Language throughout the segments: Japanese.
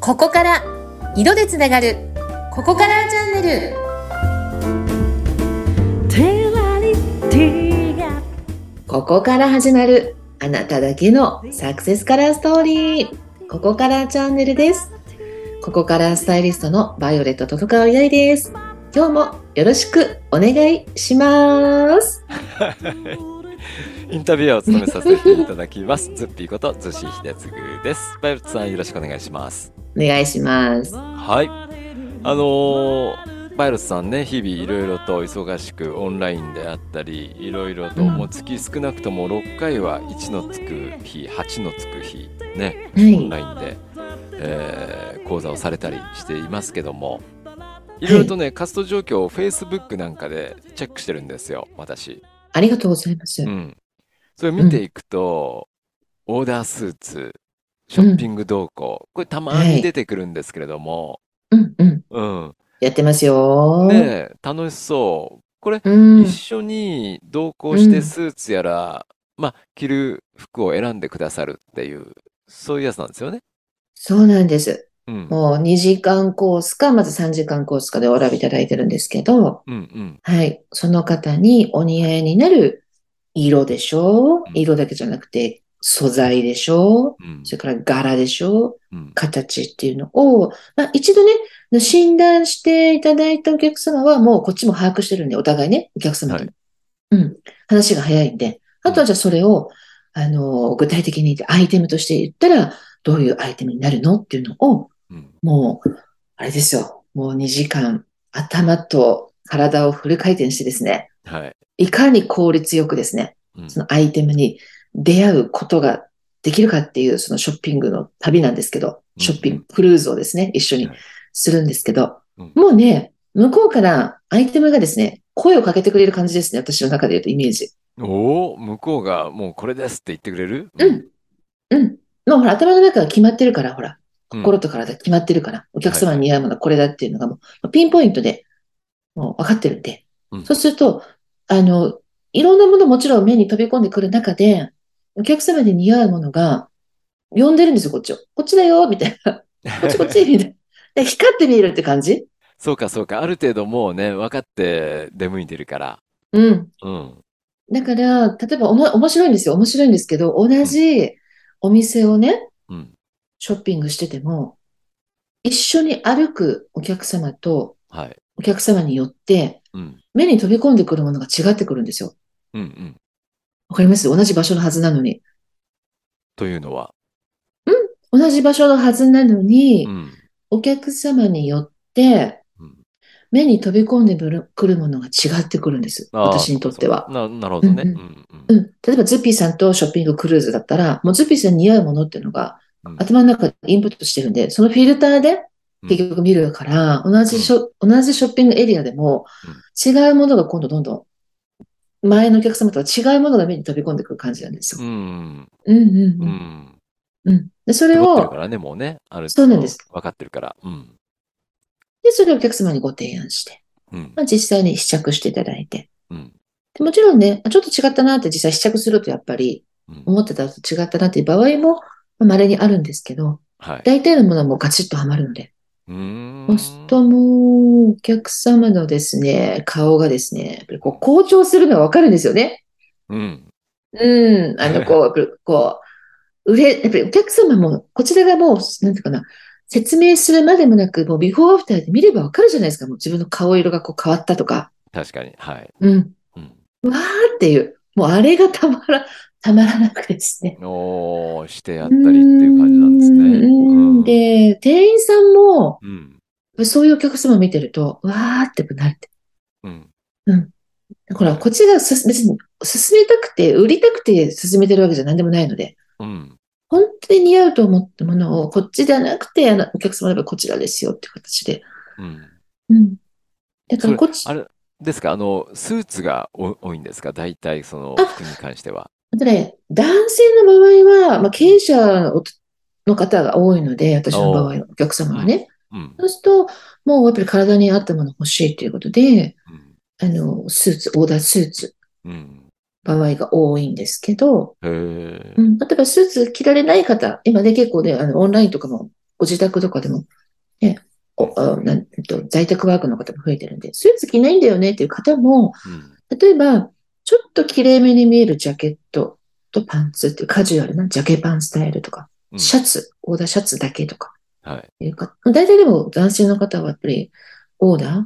ここから色でつながるここからチャンネルテラリティがここから始まるあなただけのサクセスカラーストーリーここからチャンネルですここからスタイリストのバイオレットととかおいないです今日もよろしくお願いしますインタビュアーを務めさせていただきます。ズッピーこと、ズシヒデツグです。バイオレットさん、よろしくお願いします。お願いしますはい。あのーバイオレットさんね、日々いろいろと忙しく、オンラインであったり、いろいろと、うんもう月少なくとも6回は1のつく日、8のつく日、ね、はオンいラインで、えー講座をされたりしていますけども、いろいろとね、活動状況を Facebook なんかでチェックしてるんですよ、私。ありがとうございます、うん。それ見ていくと、オーダースーツ、ショッピング動向、これたまはにい出てくるんですけれども、うんうんうん。やってますよ、ねえ楽しそう。これ、うん一緒に同行しうんてスーツやら、まあ、着る服を選んでくださるっていう、そういうやつなんですよね。そうなんですうん。うんもう2時間コースかまず3時間コースかでお選びいただいてるんですけどうん。はい。その方にお似合いになる色でしょうん色だけじゃなくて素材でしょうん。それから柄でしょうん。形っていうのを、まあ、一度ね、診断していただいたお客様はもうこっちも把握してるんで、お互いね、お客様とも。うん。話が早いんで。あとはじゃあそれを、あの、具体的にアイテムとして言ったら、どういうアイテムになるのっていうのを、うん。もう、あれですよ。もう2時間、頭と体をフル回転してですね、はい。いかに効率よくですね、うん。そのアイテムに出会うことができるかっていう、そのショッピングの旅なんですけど、うんショッピング、クルーズをですね、一緒にはいするんですけど、うんもうね、向こうからアイテムがですね、声をかけてくれる感じですね、私の中で言うとイメージ。おお、向こうがもうこれですって言ってくれるうん。うん。もうほら、頭の中が決まってるから、ほら、うん心と体決まってるから、お客様に似合うものはこれだっていうのがもう、ピンポイントで、もう分かってるんでう。んそうすると、あの、いろんなものもちろん目に飛び込んでくる中で、お客様に似合うものが、呼んでるんですよ、こっちを。こっちだよ、みたいな。 こっちこっち、みたいな。で光って見えるって感じ そうか、そうか。ある程度もうね、分かって出向いてるから。うん。うん。だから、例えばおも、面白いんですよ、面白いんですけど、同じお店をね、うん。ショッピングしてても、一緒に歩くお客様とはい。お客様によって、うん。目に飛び込んでくるものが違ってくるんですよ。うんうん。わかります同じ場所のはずなのに。というのは。同じ場所のはずなのにう、ん。お客様によって、うん目に飛び込んでくるくるものが違ってくるんです。あー私にとっては。な、なるほどね。ううんんうん。うん。例えば、ズッピーさんとショッピングクルーズだったら、もうズッピーさんに似合うものっていうのが、うん頭の中でインプットしてるんで、そのフィルターでうん結局見るから、同じショ、同じショッピングエリアでも、違うものが今度どんどん、前のお客様とは違うものが目に飛び込んでくる感じなんですうよ。ん。うんうんううん。ん。うん。で、それ決まってるかを、らね、もうね。あるそうなんです。分かってるから。うん。で、それをお客様にご提案して、うん。まあ、実際に試着していただいて。うん。でもちろんね、あちょっと違ったなって実際試着するとやっぱり、うん思ってたのと違ったなっていう場合も、まあ稀にあるんですけど、はい。大体のものはもうガチッとはまるので、うーん。そうするともう、お客様のですね、顔がですね、やっぱりこう、好調するのはわかるんですよね。うん。うん、あの、こう、 やっぱりこう、売れ、やっぱりお客様も、こちらがもう、なんていうかな、説明するまでもなく、もうビフォーアフターで見ればわかるじゃないですか、もう自分の顔色がこう変わったとか、確かに。はい。うん、うん。っていう、もうあれがたまら、たまらなくですね。おー、してやったりっていう感じなんですね。うんうん。で、店員さんも、うん。そういうお客様見てると、わーってなるって。うん。だから、こっちがす別に、進めたくて、売りたくて進めてるわけじゃ何でもないので、うん。本当に似合うと思ったものを、こっちじゃなくて、あの、お客様の場合こちらですよって形で。うん。うん。だかそら、れこっち、あれですか、あの、スーツがお多いんですか、大体そのあ服に関しては。あとね、男性の場合は、まあ、経営者の方が多いので、私の場合は、お客様はね。うん。そうすると、もうやっぱり体に合ったもの欲しいということで、うんあの、スーツ、オーダースーツうん。場合が多いんですけど、へえう。ん、例えばスーツ着られない方、今ね、結構ね、あの、オンラインとかもごご自宅とかでも、ね、おあなんえっと在宅ワークの方も増えてるんで、スーツ着ないんだよねっていう方も、うん例えば、ちょっと綺麗めに見えるジャケットとパンツっていうカジュアルなジャケパンスタイルとか、うんシャツ、オーダーシャツだけとか、はい。いうか、大体でも男性の方はやっぱりオーダ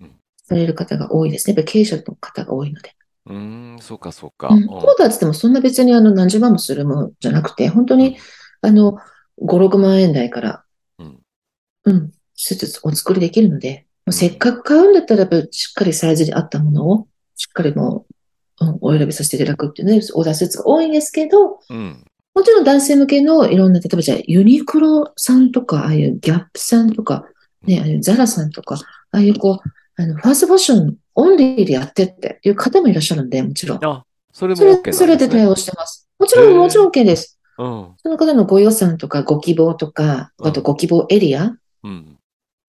うーんされる方が多いですね。やっぱり経営者の方が多いので。うーん、そうかそうか。ううんん、オーダーっつってもそんな別にあの何十万もするものじゃなくて、本当にあの5、6万円台から、うんうん、スーツお作りできるので、もうせっかく買うんだったらやっぱりしっかりサイズに合ったものをしっかりもう、うん、お選びさせていただくっていうね、オーダースーツが多いんですけど、うん。もちろん男性向けのいろんな、例えばじゃあユニクロさんとか、ああいうギャップさんとか、ね、ああいうザラさんとか、ああいうこう、あの、ファーストファッションオンリーでやってっていう方もいらっしゃるんで、もちろん。あ、それもそれ OK なんはそれで対ね。応してます。もちろへん、ーもちろん OK です。うん。その方のご予算とかご希望とか、うんあとご希望エリア。うん。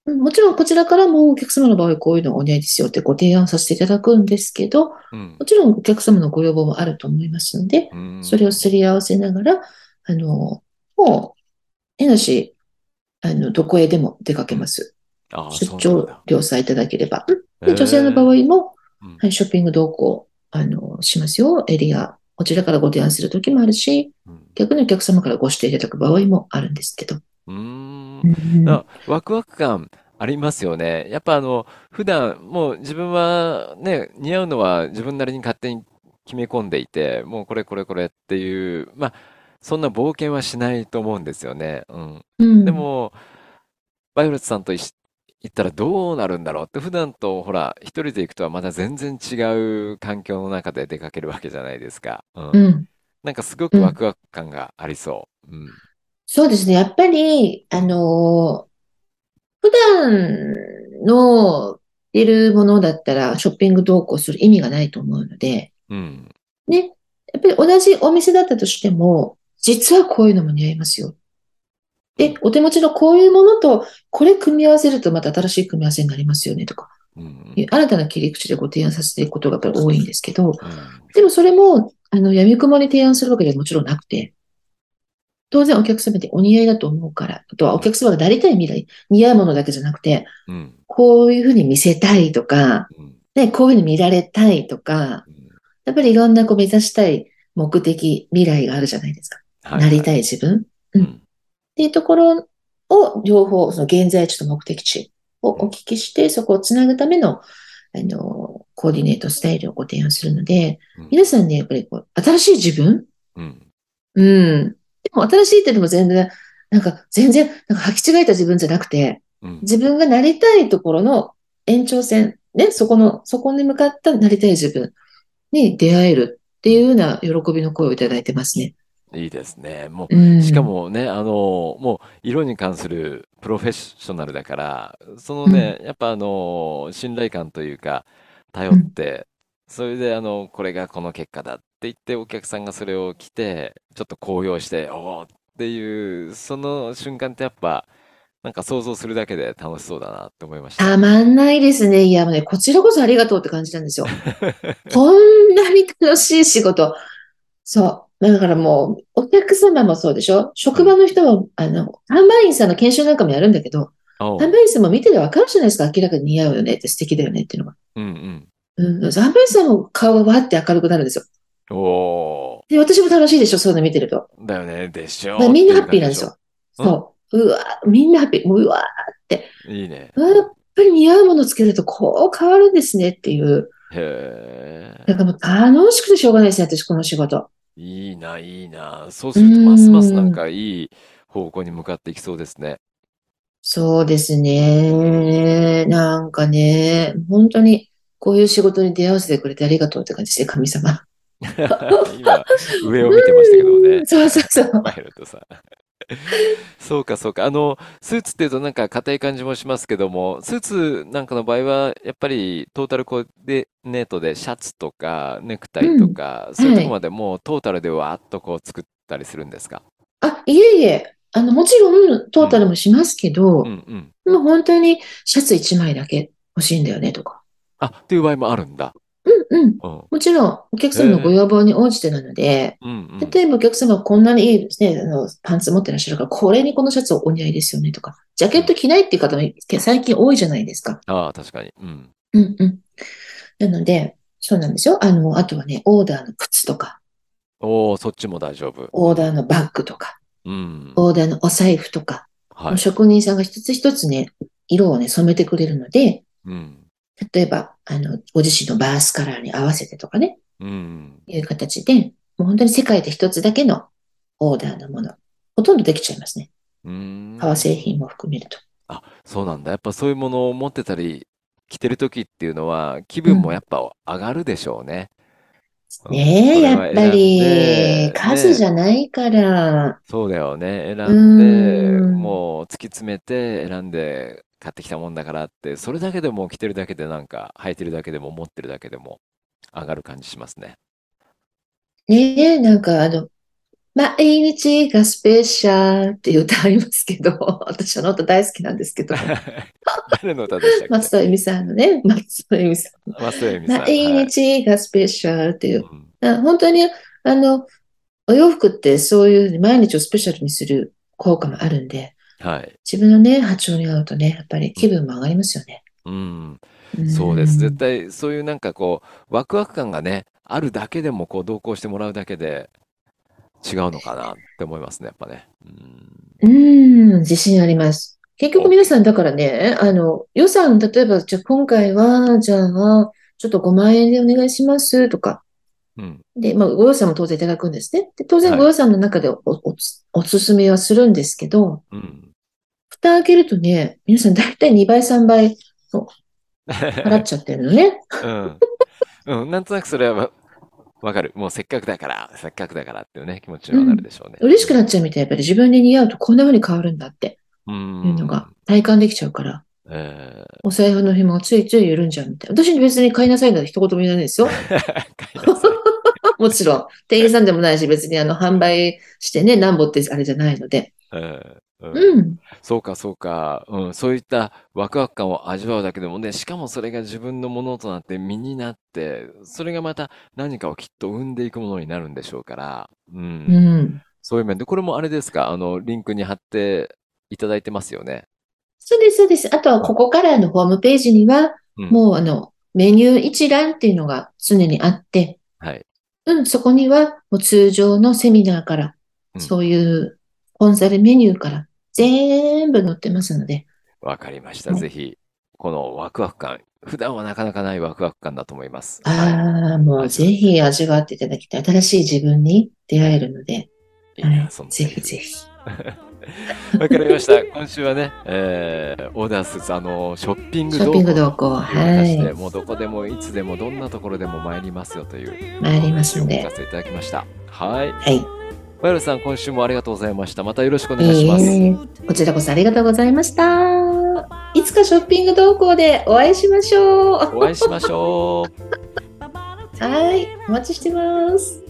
うんもちろん、こちらからもお客様の場合、こういうのお似合いですよってご提案させていただくんですけど、うんも。ちろんお客様のご要望もあると思いますので、うんそれをすり合わせながら、あの、もう、変なし、あの、どこへでも出かけます。あ出そうなん張だ量産いただければ。うんへでー女性の場合も、うんはい、ショッピング同行、あの、しますよ。エリア、こちらからご提案するときもあるし、うん逆にお客様からご指定いただく場合もあるんですけど。うーんうんあワクワク感ありますよね。やっぱあの、普段もう自分はね、似合うのは自分なりに勝手に決め込んでいて、もうこれこれこれっていう、まあ、そんな冒険はしないと思うんですよね。う ん。うんでも、バイオレットさんといし行ったらどうなるんだろうって、普段とほら、一人で行くとはまた全然違う環境の中で出かけるわけじゃないですか。うんうん。なんかすごくワクワク感がありそう。うん。そうですね。やっぱり、あの、普段のいるものだったら、ショッピング同行する意味がないと思うので、うん。ね、やっぱり同じお店だったとしても、実はこういうのも似合いますよ。で、お手持ちのこういうものと、これ組み合わせるとまた新しい組み合わせになりますよねとか、うん。いう新たな切り口でご提案させていくことがやっぱり多いんですけど、うんでもそれも、あの、闇雲に提案するわけではもちろんなくて、当然お客様ってお似合いだと思うから、あとはお客様がなりたい未来、似合うものだけじゃなくて、うん。こういうふうに見せたいとか、うん。ね、こういうふうに見られたいとか、うんやっぱりいろんなこう目指したい目的、未来があるじゃないですか。はいなりたい自分っううんん。ていうところを両方、その現在地と目的地をお聞きして、そこをつなぐための、あの、コーディネートスタイルをご提案するので、うん皆さんね、やっぱりこう、新しい自分うん。うん。でも新しいってでも全然、なんか全然、なんか履き違えた自分じゃなくて、うん。自分がなりたいところの延長線、ね、そこの、そこに向かったなりたい自分に出会えるっていうような喜びの声をいただいてますね。いいですね。もうんう、しかもね、あの、もう、色に関するプロフェッショナルだから、そのね、やっぱあの、信頼感というか、頼って、それであの、これがこの結果だって言って、お客さんがそれを着て、ちょっと高揚して、おおっていう、その瞬間ってやっぱ、なんか想像するだけで楽しそうだなって思いました。たまんないですね。いや、もうね、こちらこそありがとうって感じなん ですよ。こんなに楽しい仕事。そう。だからもう、お客様もそうでしょ職場の人は、あの、販売員さんの研修なんかもやるんだけど、おう販売員さんも見ててわかるじゃないですか。明らかに似合うよねって素敵だよねっていうのが。うんうん。販売員さんも顔がわって明るくなるんですよ。うん。おで、私も楽しいでしょそういうの見てると。ーだよね、でしょまあうみんなハっていうッピーなん感でじすしょよ。そう。うわ、みんなハッピー。うわ、いいね。やっぱり似合うものつけるとこう変わるんですねっていう。へえ。だからもう楽しくてしょうがないですね、私この仕事。いいな、いいな。そうすると、ますますなんかいい方向に向かっていきそうです ね。そうですね。なんかね、本当にこういう仕事に出会わせてくれてありがとうって感じですね、神様。今、上を見てましたけどね。そうそうそう。パイロットさん。 そうか、そうか。あの、スーツっていうとなんか硬い感じもしますけども、スーツなんかの場合は、やっぱりトータルコーディネートでシャツとかネクタイとか、そういうとこまでもうトータルでわーっとこう作ったりするんですかあ、いえいえ。あの、もちろんトータルもしますけど、うんうん。もう本当にシャツ1枚だけ欲しいんだよねとか。あ、っていう場合もあるんだ。うん、うん。うん、もちろん、お客様のご要望に応じてなので、うん、うん。例えばお客様はこんなにいいですね、あの、パンツ持ってらっしゃるから、これにこのシャツお似合いですよねとか、ジャケット着ないっていう方も最近多いじゃないですか。ああ、確かに。うん。うんうん。なので、そうなんですよ。あの、あとはね、オーダーの靴とか、おお、そっちも大丈夫。オーダーのバッグとか、うん。オーダーのお財布とか、はもうい。職人さんが一つ一つね、色をね、染めてくれるので、うん。例えば、あの、ご自身のバースカラーに合わせてとかね、うん。いう形で、もう本当に世界で一つだけのオーダーのもの、ほとんどできちゃいますね。うん。革製品も含めると。あ、そうなんだ。やっぱそういうものを持ってたり、着てる時っていうのは、気分もやっぱ上がるでしょうね。うんねえ、それやはっぱり、選んで数じゃないから、そうだよね。選んで、うんもう突き詰めて選んで買ってきたもんだからって、それだけでも着てるだけでなんか、履いてるだけでも持ってるだけでも上がる感じしますね。ねえ、なんかあの、毎日がスペシャルっていう歌ありますけど、 私あの歌大好きなんですけど、 誰の歌でしたっけ松任谷由実さんのね、 松任谷由実さん。松任谷由実さん。毎はい日がスペシャルっていうう。んあ本当に、あの、お洋服ってそういう毎日をスペシャルにする効果もあるんで、はい。自分のね、波長に合うとね、やっぱり気分も上がりますよね。うん。そうです。絶対そういうなんかこう、ワクワク感がね、あるだけでもこう同行してもらうだけで違うのかなって思いますね、やっぱね。ううん。ん。うん、自信あります。結局皆さん、だからね、あの、予算、例えば、じゃあ今回は、じゃあ、ちょっと5万円でお願いしますとか、うん。で、まあ、ご予算も当然いただくんですね。で、当然はいご予算の中でお、お、おつおすすめはするんですけど、うん。蓋開けるとね、皆さん大体2倍、3倍払っちゃってるのね。うん。 うん。なんとなくそれはわわかる。もうせっかくだから、せっかくだからっていうね、気持ちにはなるでしょうね。嬉しくなっちゃうみたい。やっぱり自分に似合うとこんな風に変わるんだってう。いうんのが体感できちゃうから、えお財布の紐がついつい緩んじゃうみたい。私に別に買いなさいなんて一言も言わない ですよ。ーもちろん。店員さんでもないし、別にあの、販売してね、なんぼってあれじゃないので。えーうんうん。そうか、そうか。うん。そういったワクワク感を味わうだけでもね、しかもそれが自分のものとなって身になって、それがまた何かをきっと生んでいくものになるんでしょうから。う。うんん。そういう面で、これもあれですか、あの、リンクに貼っていただいてますよね。そうです、そうです。あとは、ここからのホームページには、うんもうあの、メニュー一覧っていうのが常にあって、はい。うん、そこには、もう通常のセミナーから、うんそういうコンサルメニューから、全部載ってますので、わかりました。はいぜひ、このワクワク感、普段はなかなかないワクワク感だと思います。はああ、もうぜひ味わっていただきたい。新しい自分に出会えるので、い。いいはないそん、なぜひぜひ。わかりました。今週はね、えーオーダースーツ、あの、ショッピングショッ動ピン向グ同行、というは形で、い、もうどこでもいつでもどんなところでも参りますよという参りますお話をの聞でか、せていただきました。はい。はい。マヨルさん、今週もありがとうございました。またよろしくお願いします。えーこちらこそありがとうございました。いつかショッピング同行でお会いしましょう。お会いしましょう。はい、お待ちしてます。